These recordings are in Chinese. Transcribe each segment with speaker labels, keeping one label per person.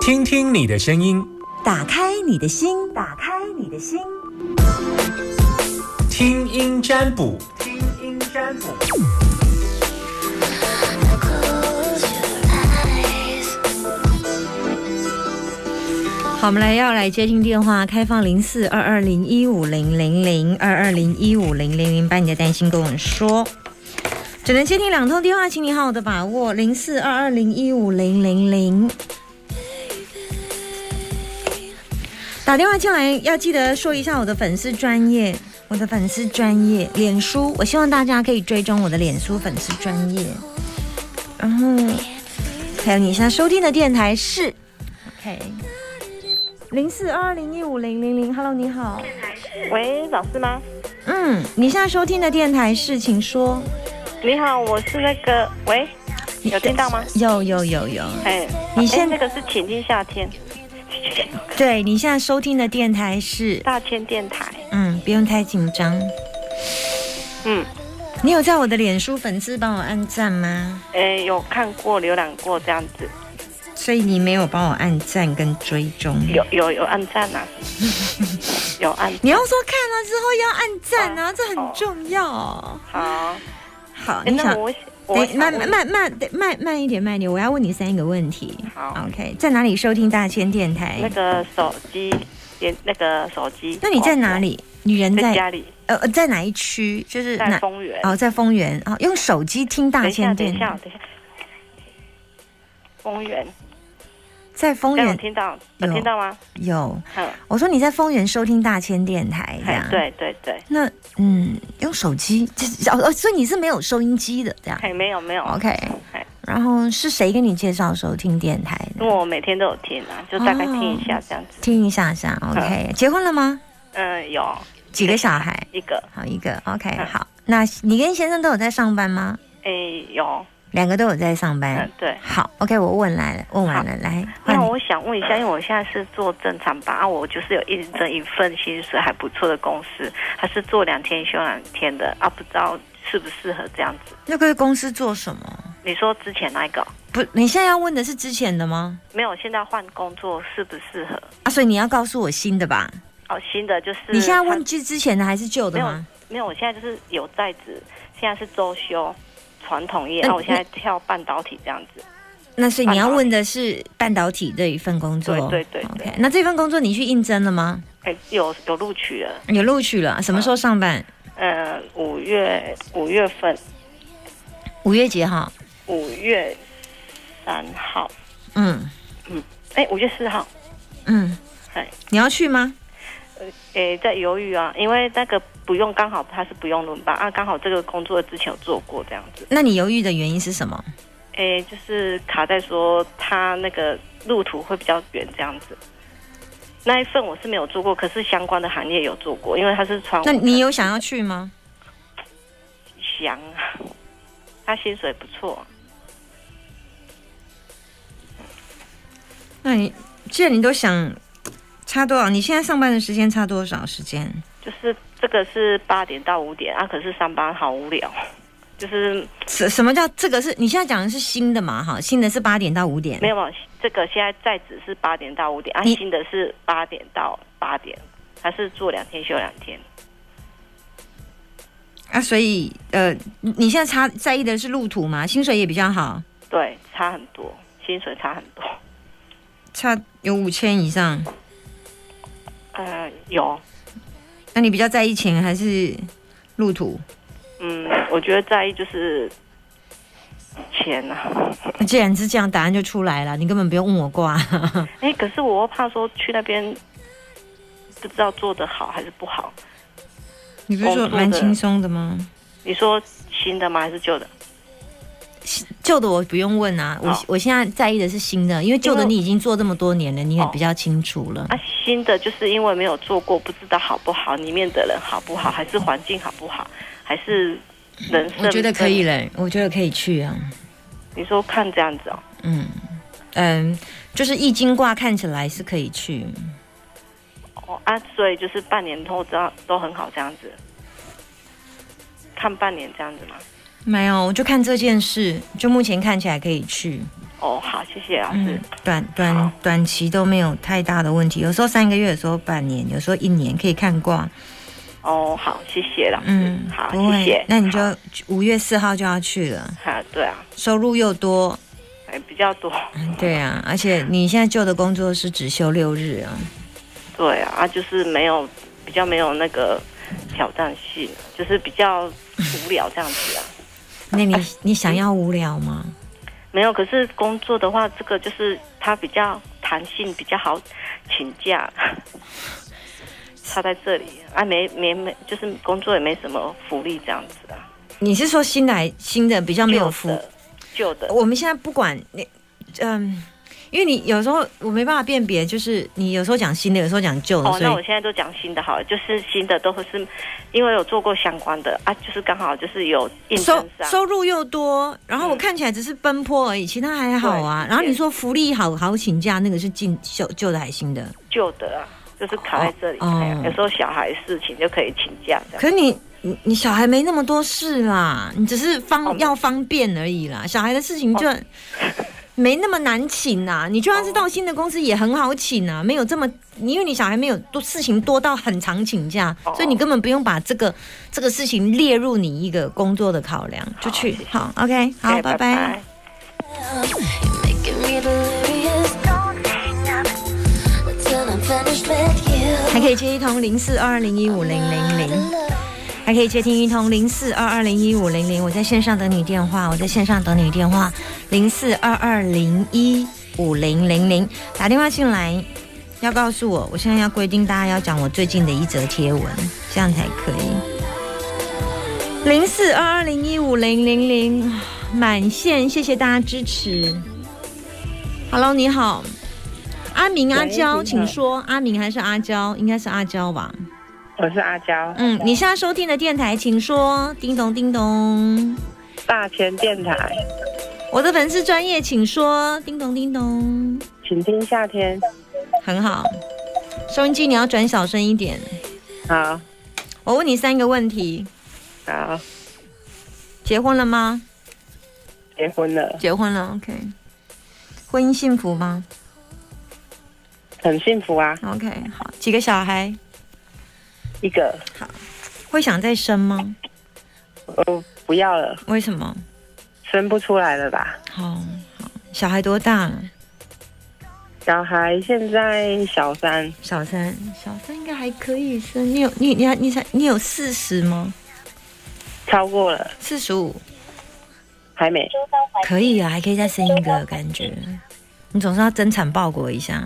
Speaker 1: 听听你的声音，
Speaker 2: 打开你的心，打开你的心，
Speaker 1: 听音占卜，听音占卜。
Speaker 2: 好，我们来要来接听电话，开放零四二二零一五零零零二二零一五零零零，把你的担心跟我们说。只能接听两通电话，请你好好的把握零四二二零一五零零零。打电话进来要记得说一下我的粉丝专业，我的粉丝专业脸书，我希望大家可以追踪我的脸书粉丝专业。然后，还有你现在收听的电台是 OK 零四二二零一五零零零，Hello，你好，
Speaker 3: 喂，老师吗？
Speaker 2: 嗯，你现在收听的电台是，请说。
Speaker 3: 你好，我是那个喂，有听到吗？
Speaker 2: 有有有有，
Speaker 3: 哎，
Speaker 2: 你
Speaker 3: 哎
Speaker 2: 现
Speaker 3: 那个是前进夏天
Speaker 2: 对你现在收听的电台是，
Speaker 3: 大千电台，
Speaker 2: 嗯，不用太紧张。
Speaker 3: 嗯，
Speaker 2: 你有在我的脸书粉丝帮我按赞吗？
Speaker 3: 哎，有看过浏览过这样子，
Speaker 2: 所以你没有帮我按赞跟追踪。
Speaker 3: 有有有按赞 啊，有按
Speaker 2: 你要说看了之后要按赞啊，这很重要哦。
Speaker 3: 好，
Speaker 2: 好，
Speaker 3: 哦哎
Speaker 2: 你
Speaker 3: 那
Speaker 2: 想，
Speaker 3: 我我
Speaker 2: 等
Speaker 3: 想
Speaker 2: 慢
Speaker 3: 问
Speaker 2: 慢慢得慢慢一点，慢一点，我要问你三个问题。
Speaker 3: 好
Speaker 2: OK，在哪里收听大千电台？
Speaker 3: 那个手机连那个手机，
Speaker 2: 那你在哪里？你人
Speaker 3: 哦？在
Speaker 2: 在
Speaker 3: 家里，
Speaker 2: 呃呃在哪一区？就是
Speaker 3: 在
Speaker 2: 哪？
Speaker 3: 丰原。
Speaker 2: 哦，在丰原哦，用手机听大
Speaker 3: 等一下，
Speaker 2: 千
Speaker 3: 等
Speaker 2: 电
Speaker 3: 一
Speaker 2: 台
Speaker 3: 下，。等一下。丰原，
Speaker 2: 在丰
Speaker 3: 这样有
Speaker 2: 原
Speaker 3: 听到，有
Speaker 2: 有
Speaker 3: 听到吗？
Speaker 2: 有，
Speaker 3: 嗯，
Speaker 2: 我说你在丰原收听大千电台这
Speaker 3: 哎
Speaker 2: 样。，
Speaker 3: 对对对，
Speaker 2: 那嗯，用手机，这哦哦，所以你是没有收音机的这样。
Speaker 3: 哎，没有没有，
Speaker 2: OK，
Speaker 3: 哎
Speaker 2: 然后是谁跟你介绍收听电台
Speaker 3: 因
Speaker 2: 的？
Speaker 3: 为我每天都有听啊，就大概听一下这样子。
Speaker 2: 听一下下。OK，结婚了吗？
Speaker 3: 嗯，有
Speaker 2: 几个小孩？
Speaker 3: 一个，
Speaker 2: 好，一个。OK，
Speaker 3: 嗯
Speaker 2: 好。那你跟先生都有在上班吗？
Speaker 3: 诶，有，
Speaker 2: 两个都有在上班
Speaker 3: 嗯。，对。
Speaker 2: 好，OK，我问来了，问完了，来换
Speaker 3: 那
Speaker 2: 你。
Speaker 3: 我想问一下，因为我现在是做正常班，啊，我就是有一整一份薪水还不错的公司，还是做两天休两天的啊，不知道适不适合这样子。
Speaker 2: 那个公司做什么？
Speaker 3: 你说之前那个
Speaker 2: 不，你现在要问的是之前的吗？
Speaker 3: 没有，现在换工作适不适合？
Speaker 2: 啊，所以你要告诉我新的吧？
Speaker 3: 哦，新的就是
Speaker 2: 你现在问之之前的还是旧的
Speaker 3: 没有
Speaker 2: 吗？
Speaker 3: 没有，我现在就是有在职，现在是周休传统业，
Speaker 2: 那
Speaker 3: 那、我现在跳半导体这样子。
Speaker 2: 那所以你要问的是半导体这一份工作。
Speaker 3: 对对对
Speaker 2: OK，
Speaker 3: 对
Speaker 2: 那这份工作你去应征了吗？
Speaker 3: 哎，有有录取了，
Speaker 2: 你录取了？什么时候上班？
Speaker 3: 呃，五月五月份，
Speaker 2: 五月几号？
Speaker 3: 五月三号，
Speaker 2: 嗯
Speaker 3: 哎，五月四号，
Speaker 2: 嗯
Speaker 3: 哎，
Speaker 2: 你要去吗？
Speaker 3: 哎，在犹豫啊，因为那个不用，刚好他是不用轮班啊，刚好这个工作之前有做过这样子，
Speaker 2: 那你犹豫的原因是什么？
Speaker 3: 哎，就是卡在说他那个路途会比较远这样子。那一份我是没有做过，可是相关的行业有做过，因为他是传
Speaker 2: 那你有想要去吗？
Speaker 3: 翔啊， 他薪水不错，啊
Speaker 2: 那你既然你都想差多少？你现在上班的时间差多少时间？
Speaker 3: 就是这个是八点到五点啊，可是上班好无聊，就是
Speaker 2: 什什么叫这个是？你现在讲的是新的嘛？哈，新的是八点到五点。
Speaker 3: 没有没有，这个现在在职是八点到五点，啊，
Speaker 2: 你
Speaker 3: 新的是八点到八点，还是做两天休两天？
Speaker 2: 啊，所以呃，你你现在差在意的是路途嘛？薪水也比较好，
Speaker 3: 对，差很多，薪水差很多。
Speaker 2: 差有五千以上。
Speaker 3: 呃，有，
Speaker 2: 那你比较在意钱还是路途？
Speaker 3: 嗯，我觉得在意就是钱啊。
Speaker 2: 那既然是这样，答案就出来了，你根本不用问我挂。
Speaker 3: 哎，可是我又怕说去那边不知道做得好还是不好。
Speaker 2: 你不是说
Speaker 3: 工作的
Speaker 2: 蛮轻松的吗？
Speaker 3: 你说新的吗？还是旧的？
Speaker 2: 旧的我不用问啊，我、
Speaker 3: 哦
Speaker 2: 我现在在意的是新的，因为旧的
Speaker 3: 因为
Speaker 2: 你已经做这么多年了，你也
Speaker 3: 哦
Speaker 2: 比较清楚了。
Speaker 3: 啊，新的就是因为没有做过，不知道好不好，里面的人好不好，还是环境好不好，还是人生？
Speaker 2: 嗯我觉得可以。嘞，我觉得可以去啊。
Speaker 3: 你说看这样子哦，
Speaker 2: 嗯嗯，就是易经卦看起来是可以去，
Speaker 3: 哦啊，所以就是半年后这样都很好这样子，看半年这样子吗？
Speaker 2: 没有，我就看这件事，就目前看起来可以去。
Speaker 4: 哦，好，谢谢老师
Speaker 2: 嗯。，短短
Speaker 4: 好
Speaker 2: 短期都没有太大的问题，有时候三个月，有时候半年，有时候一年可以看挂。
Speaker 4: 哦，好，谢谢老师。
Speaker 2: 嗯，
Speaker 4: 好，
Speaker 2: 不
Speaker 4: 谢
Speaker 2: 会
Speaker 4: 谢。，
Speaker 2: 那
Speaker 4: 好
Speaker 2: 你就五月四号就要去了，
Speaker 4: 啊，对啊，
Speaker 2: 收入又多，
Speaker 4: 哎，比较 多。
Speaker 2: 对啊，而且你现在旧的工作是只休六日啊，
Speaker 4: 对啊，啊，就是没有比较没有那个挑战性，就是比较无聊这样子啊。
Speaker 2: 那你你想要无聊吗？
Speaker 4: 没有，可是工作的话，这个就是它比较弹性，比较好请 假。差在这里啊，没没没，就是工作也没什么福利这样子啊。
Speaker 2: 你是说新来新的比较没有福哦
Speaker 4: 旧的，旧的
Speaker 2: 我们现在不管你，嗯，因为你有时候我没办法辨别，就是你有时候讲新的，有时候讲旧的，
Speaker 4: 哦，那
Speaker 2: 所
Speaker 4: 我
Speaker 2: 以
Speaker 4: 现在都讲新的好了，就是新的都是，嗯因为有做过相关的啊，就是刚好就是有应
Speaker 2: 收
Speaker 4: 征上，
Speaker 2: 收入又多，然后我
Speaker 4: 嗯
Speaker 2: 看起来只是奔波而已，其他还好啊。
Speaker 4: 对
Speaker 2: 然后你说福利好好请假，那个是进旧旧的还是新的？
Speaker 4: 旧的啊，就是卡在这里。
Speaker 2: 哦
Speaker 4: 哎呀有时候小孩事情就可以请假这样。
Speaker 2: 可是你你你小孩没那么多事啦，你只是方、
Speaker 4: 哦
Speaker 2: 要方便而已啦。小孩的事情就、 没那么难请啦、你就算是到新的公司也很好请啊，没有这么，你因为你小孩没有多事情多到很常请假，
Speaker 4: 哦
Speaker 2: 所以你根本不用把这个这个事情列入你一个工作的考量，就去
Speaker 4: 哦谢谢
Speaker 2: 好 OK 好，
Speaker 4: 哎
Speaker 2: 拜拜
Speaker 5: You're making me delirious. Don't hang up until I'm finished with you.
Speaker 2: 还可以接一通零四二二零一五零零零。还可以接听一通零四二二零一五零零，我在线上等你电话，我在线上等你电话，零四二二零一五零零零，打电话进来要告诉我，我现在要规定大家要讲我最近的一则贴文，这样才可以。零四二二零一五零零零，满线，谢谢大家支持。Hello，你好，阿明阿
Speaker 3: 喂
Speaker 2: 娇，
Speaker 3: 你
Speaker 2: 请
Speaker 3: 好
Speaker 2: 说，阿明还是阿娇？应该是阿娇吧？
Speaker 3: 我是阿娇，
Speaker 2: 嗯，你现在收听的电台，请说，叮咚叮咚。
Speaker 3: 大千电台，
Speaker 2: 我的粉丝专业，请说，叮咚叮咚。
Speaker 3: 请听夏天。
Speaker 2: 很好，收音机你要转小声一点。
Speaker 3: 好，
Speaker 2: 我问你三个问题：
Speaker 3: 好，
Speaker 2: 结婚了吗？
Speaker 3: 结婚了，
Speaker 2: 结婚了，OK。婚姻幸福吗
Speaker 3: 很幸福啊。
Speaker 2: ？OK，好。几个小孩？
Speaker 3: 一个，
Speaker 2: 会想再生吗？
Speaker 3: 哦，不要了，
Speaker 2: 为什么？
Speaker 3: 生不出来了吧？
Speaker 2: 好好，小孩多大了？
Speaker 3: 小孩现在小三，
Speaker 2: 小三，小三应该还可以生。你有你你你才你有四十吗？
Speaker 3: 超过了，
Speaker 2: 四十五。
Speaker 3: 还没。
Speaker 2: 可以啊，还可以再生一个，感觉你总是要增产报国一下。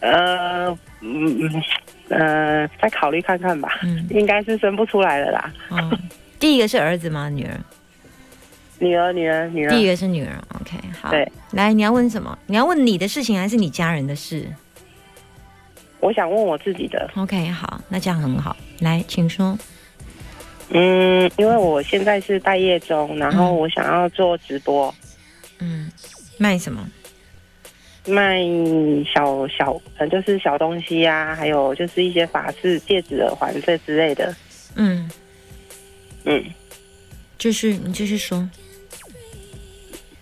Speaker 3: 呃，嗯嗯，呃，再考虑看看吧。
Speaker 2: 嗯
Speaker 3: 应该是生不出来了啦。
Speaker 2: 哦，第一个是儿子吗？女儿？
Speaker 3: 女儿，女儿，女儿
Speaker 2: 第，一个是女儿。OK，好。
Speaker 3: 对，
Speaker 2: 来，你要问什么？你要问你的事情还是你家人的事
Speaker 3: 我想问我自己的，
Speaker 2: ？OK，好，那这样很好。来，请说。
Speaker 3: 嗯，因为我现在是待业中，然后我想要做直播，
Speaker 2: 嗯，卖什么？
Speaker 3: 卖小小，呃，就是小东西呀、还有就是一些法式戒指、耳环这之类的。
Speaker 2: 嗯，
Speaker 3: 嗯，
Speaker 2: 就是你继续说。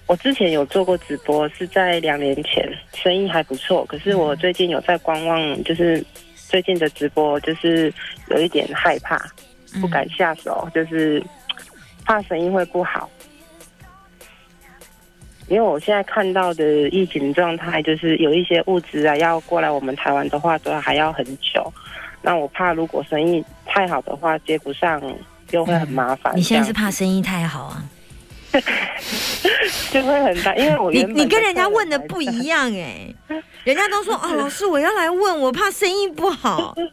Speaker 3: 我之前有做过直播，是在两年前，生意还不错。可是
Speaker 2: 嗯
Speaker 3: 我最近有在观望，就是最近的直播，就是有一点害怕，
Speaker 2: 嗯
Speaker 3: 不敢下手，就是怕生意会不好。因为我现在看到的疫情状态，就是有一些物资啊要过来我们台湾的话，都还要很久。那我怕如果生意太好的话接不上，又会很麻烦。
Speaker 2: 嗯你现在是
Speaker 3: 这样
Speaker 2: 怕生意太好啊？
Speaker 3: 就会很大，因为我
Speaker 2: 你
Speaker 3: 原本
Speaker 2: 你跟人家
Speaker 3: 客人
Speaker 2: 问的
Speaker 3: 还
Speaker 2: 不
Speaker 3: 在
Speaker 2: 一样哎、人家都说哦，老师我要来问，我怕生意不好。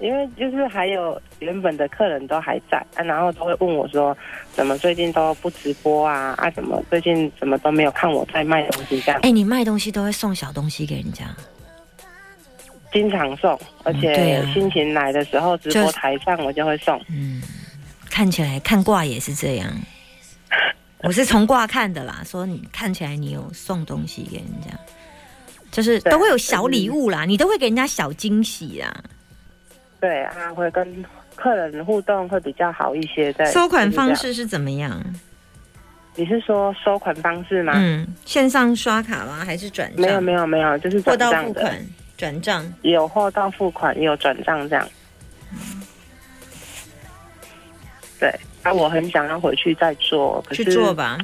Speaker 3: 因为就是还有原本的客人都还在，啊、然后都会问我说，怎么最近都不直播啊？啊，怎么最近怎么都没有看我在卖东西这样
Speaker 2: 哎、？你卖东西都会送小东西给人家。
Speaker 3: 经常送，而
Speaker 2: 嗯对
Speaker 3: 且
Speaker 2: 啊
Speaker 3: 心情来的时候，直
Speaker 2: 就
Speaker 3: 播
Speaker 2: 是
Speaker 3: 台上我就会送。
Speaker 2: 嗯，看起来看卦也是这样。我是从卦看的啦，说你看起来你有送东西给人家，就是
Speaker 3: 对
Speaker 2: 都会有小礼物啦，你都会给人家小惊喜啊啦。
Speaker 3: 对啊，会跟客人互动会比较好一些。在
Speaker 2: 收款方式是怎么样？
Speaker 3: 你是说收款方式吗？
Speaker 2: 嗯，线上刷卡吗？还是转账？
Speaker 3: 没有没
Speaker 2: 有，
Speaker 3: 有没有，就是
Speaker 2: 货
Speaker 3: 转
Speaker 2: 到
Speaker 3: 账
Speaker 2: 付
Speaker 3: 的，
Speaker 2: 款转账。
Speaker 3: 有货到付款，也有转账这样。对，那、我很想要回去再做，可
Speaker 2: 去
Speaker 3: 是
Speaker 2: 做吧，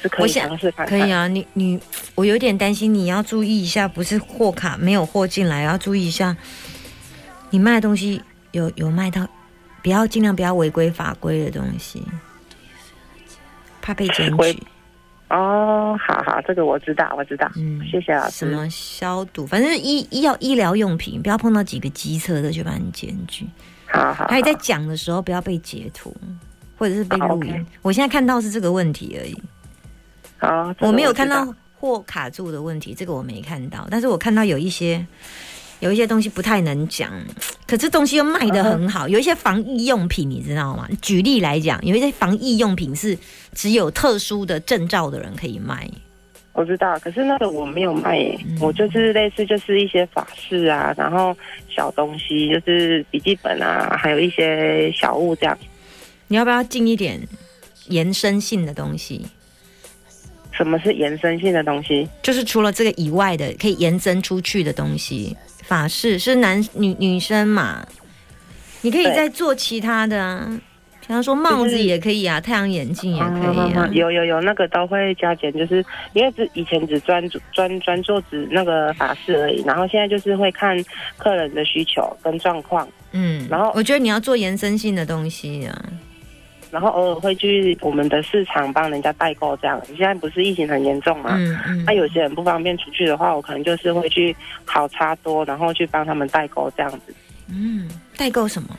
Speaker 3: 是可
Speaker 2: 我
Speaker 3: 以
Speaker 2: 想
Speaker 3: 尝试看
Speaker 2: 可
Speaker 3: 看。
Speaker 2: 以啊。你你，我有点担心，你要注意一下，不是货卡没有货进来，要注意一下，你卖的东西有有卖到，不要尽量不要违规法规的东西，怕被检
Speaker 3: 违
Speaker 2: 举。
Speaker 3: 哦，好好，这个我知道，我知道，
Speaker 2: 嗯，
Speaker 3: 谢谢老
Speaker 2: 什
Speaker 3: 师。
Speaker 2: 么消毒，反正医医药医疗用品，不要碰到几个机车的就把你检举。
Speaker 3: 好好，
Speaker 2: 还有
Speaker 3: 好
Speaker 2: 在讲的时候不要被截图，或者是被
Speaker 3: 好
Speaker 2: 录
Speaker 3: ，OK
Speaker 2: 影。我现在看到是这个问题而已，
Speaker 3: 好，这个
Speaker 2: 我没有
Speaker 3: 知
Speaker 2: 看
Speaker 3: 道
Speaker 2: 到货卡住的问题，这个我没看到。但是我看到有一些有一些东西不太能讲，可这东西又卖得很
Speaker 3: 嗯
Speaker 2: 好。有一些防疫用品，你知道吗？举例来讲，有一些防疫用品是只有特殊的证照的人可以卖。
Speaker 3: 我知道，可是那个我没有卖耶、
Speaker 2: 嗯
Speaker 3: 我就是类似就是一些法式啊，然后小东西就是笔记本啊，还有一些小物这样。
Speaker 2: 你要不要进一点延伸性的东西？
Speaker 3: 什么是延伸性的东西？
Speaker 2: 就是除了这个以外的，可以延伸出去的东西。法式是男女女生嘛，你可以
Speaker 3: 对
Speaker 2: 再做其他的啊，比方说帽
Speaker 3: 就
Speaker 2: 子
Speaker 3: 是
Speaker 2: 也可以啊，太阳眼镜也可以啊。
Speaker 3: 有有有，那个都会加减，就是因为只以前只专注专专做只那个法式而已，然后现在就是会看客人的需求跟状况，
Speaker 2: 嗯，
Speaker 3: 然后
Speaker 2: 我觉得你要做延伸性的东西啊。
Speaker 3: 然后偶尔会去我们的市场帮人家代购这样。现在不是疫情很严重嘛，
Speaker 2: 嗯嗯
Speaker 3: 那、，有些人不方便出去的话，我可能就是会去考察多，然后去帮他们代购这样子，
Speaker 2: 嗯，代购什么？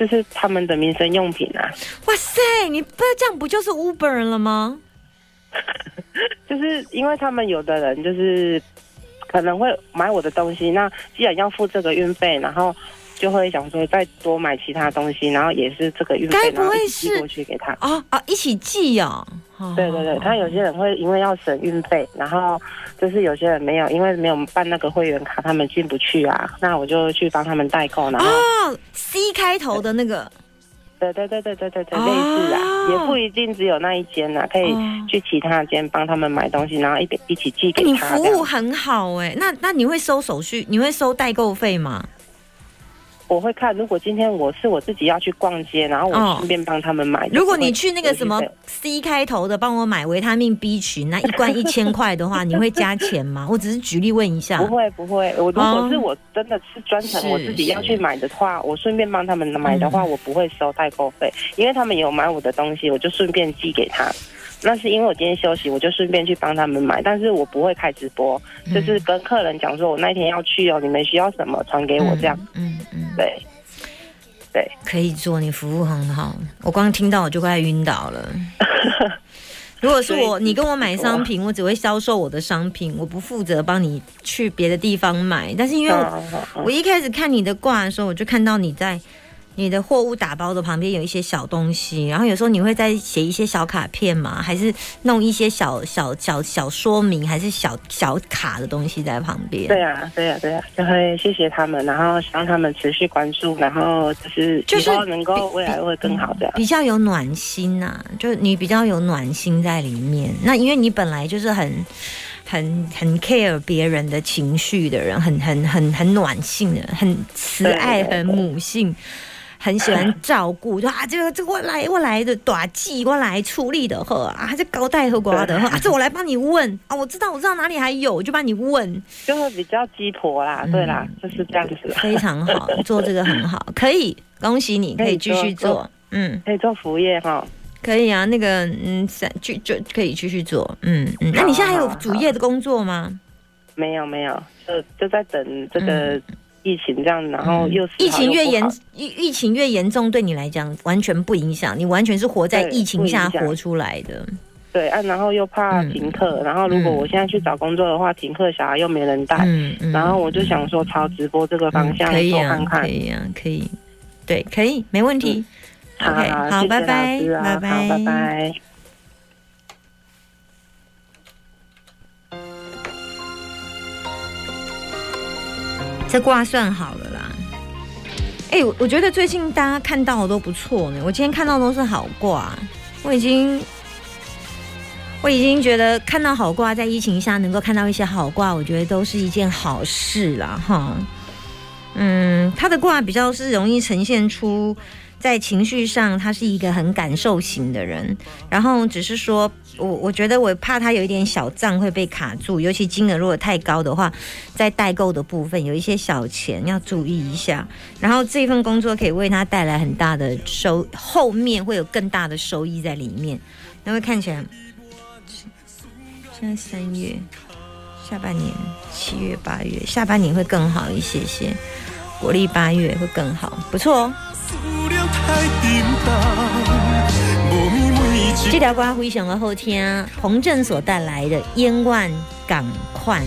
Speaker 3: 就是他们的民生用品啊，
Speaker 2: 哇塞，你不这样不就是 Uber 了吗？
Speaker 3: 就是因为他们有的人就是可能会买我的东西，那既然要付这个运费，然后就会想说再多买其他东西，然后也是这个运费，
Speaker 2: 该不会
Speaker 3: 然后一起
Speaker 2: 是
Speaker 3: 寄过去给他。
Speaker 2: 哦哦，一起寄哦。哦
Speaker 3: 对对对，他有些人会因为要省运费，然后就是有些人没有，因为没有办那个会员卡，他们进不去啊。那我就去帮他们代购，然后
Speaker 2: 哦，C 开头的那个，
Speaker 3: 对对对对对对对，
Speaker 2: 哦
Speaker 3: 类似啊，也不一定只有那一间呐、可以
Speaker 2: 哦
Speaker 3: 去其他间帮他们买东西，然后一边一起寄
Speaker 2: 哎、
Speaker 3: 给
Speaker 2: 你
Speaker 3: 他。
Speaker 2: 服
Speaker 3: 这
Speaker 2: 务
Speaker 3: 样，
Speaker 2: 很好哎、那那你会收手续？你会收代购费吗？
Speaker 3: 我会看，如果今天我是我自己要去逛街，然后
Speaker 2: 哦
Speaker 3: 我顺便帮他们买。
Speaker 2: 如果
Speaker 3: 就
Speaker 2: 你
Speaker 3: 会
Speaker 2: 去那个什么
Speaker 3: 有一些
Speaker 2: C 开头的，帮我买维他命 B 群，那一罐一千块的话，你会加钱吗？ 我只是举例问一下
Speaker 3: 不。会不会，我如
Speaker 2: 哦
Speaker 3: 果是我真的是专
Speaker 2: 是
Speaker 3: 程我自己要去买的话，我顺便帮他们买的话，
Speaker 2: 嗯
Speaker 3: 我不会收代购费，因为他们有买我的东西，我就顺便寄给他。那是因为我今天休息，我就顺便去帮他们买，但是我不会开直播，
Speaker 2: 嗯
Speaker 3: 就是跟客人讲说我那一天要去哦，你们需要什么传给我这样。
Speaker 2: 嗯嗯，
Speaker 3: 对，
Speaker 2: 可以做，你服务很好，我光听到我就快晕 倒了。如果是我，
Speaker 3: 所以
Speaker 2: 你跟我买
Speaker 3: 不错啊
Speaker 2: 商品，我只会销售我的商品，我不负责帮你去别的地方买。但是因为我
Speaker 3: 嗯嗯嗯
Speaker 2: 我一开始看你的挂的时候，我就看到你在你的货物打包的旁边有一些小东西，然后有时候你会再写一些小卡片嘛，还是弄一些小小小小说明，还是小小卡的东西在旁边。
Speaker 3: 对啊，对啊，对啊，就会谢谢他们，然后希望他们持续关注，然后就是
Speaker 2: 就
Speaker 3: 以
Speaker 2: 是
Speaker 3: 后能够未来会更好这样。
Speaker 2: 比嗯较有暖心呐、就是你比较有暖心在里面。那因为你本来就是很、很、很 care 别人的情绪的人，很、很、很、很暖性的人，很慈爱、
Speaker 3: 对对
Speaker 2: 很母性，很喜欢照顾。 就啊，这个这个我来我来的打记，我来处理的呵啊，这高带和瓜的呵啊，这我来帮你问啊，我知道我知道哪里还有，我就帮你问。
Speaker 3: 就会比较鸡婆啦，对啦，
Speaker 2: 嗯
Speaker 3: 就是这样子。
Speaker 2: 非常好，做这个很好，可以，恭喜你可
Speaker 3: 可
Speaker 2: 以
Speaker 3: 以
Speaker 2: 继续
Speaker 3: 做
Speaker 2: 做，嗯。
Speaker 3: 可以做服务业哈，
Speaker 2: 可以啊，那个嗯，三就就可以继续做，嗯嗯。那你现在还有主业的工作吗？
Speaker 3: 没有没有，就就在等这个疫情这样，然后又
Speaker 2: 嗯疫情越严
Speaker 3: 严，，
Speaker 2: 疫疫情越严重，对你来讲完全不影响，你完全是活在
Speaker 3: 对
Speaker 2: 疫情下
Speaker 3: 不影响
Speaker 2: 活出来的。
Speaker 3: 对啊，然后又怕
Speaker 2: 嗯
Speaker 3: 停课，然后如果我现在去找工作的话，停课小孩又没人带，
Speaker 2: 嗯嗯
Speaker 3: 哎然后我就想说朝直播这个方向
Speaker 2: 嗯可以
Speaker 3: 做
Speaker 2: 啊
Speaker 3: 看，
Speaker 2: 可
Speaker 3: 看。
Speaker 2: 以啊，可以，对，可以，没问题。
Speaker 3: 嗯好
Speaker 2: OK，好，
Speaker 3: 谢
Speaker 2: 拜
Speaker 3: 谢
Speaker 2: 拜
Speaker 3: 老师，啊，好，拜拜。
Speaker 2: 这卦算好了啦。哎、我我觉得最近大家看到的都不错呢。我今天看到都是好卦，我已经，我已经觉得看到好卦，在疫情下能够看到一些好卦，我觉得都是一件好事啦，哈。嗯，他的卦比较是容易呈现出在情绪上，他是一个很感受型的人。然后只是说我我觉得我怕他有一点小账会被卡住，尤其金额如果太高的话，在代购的部分有一些小钱要注意一下。然后这份工作可以为他带来很大的收，后面会有更大的收益在里面。那会看起来，现在三月，下半年七月八月，下半年会更好一些些，国历八月会更好，不错哦。这条歌非常的好听，彭震所带来的《烟万港款》。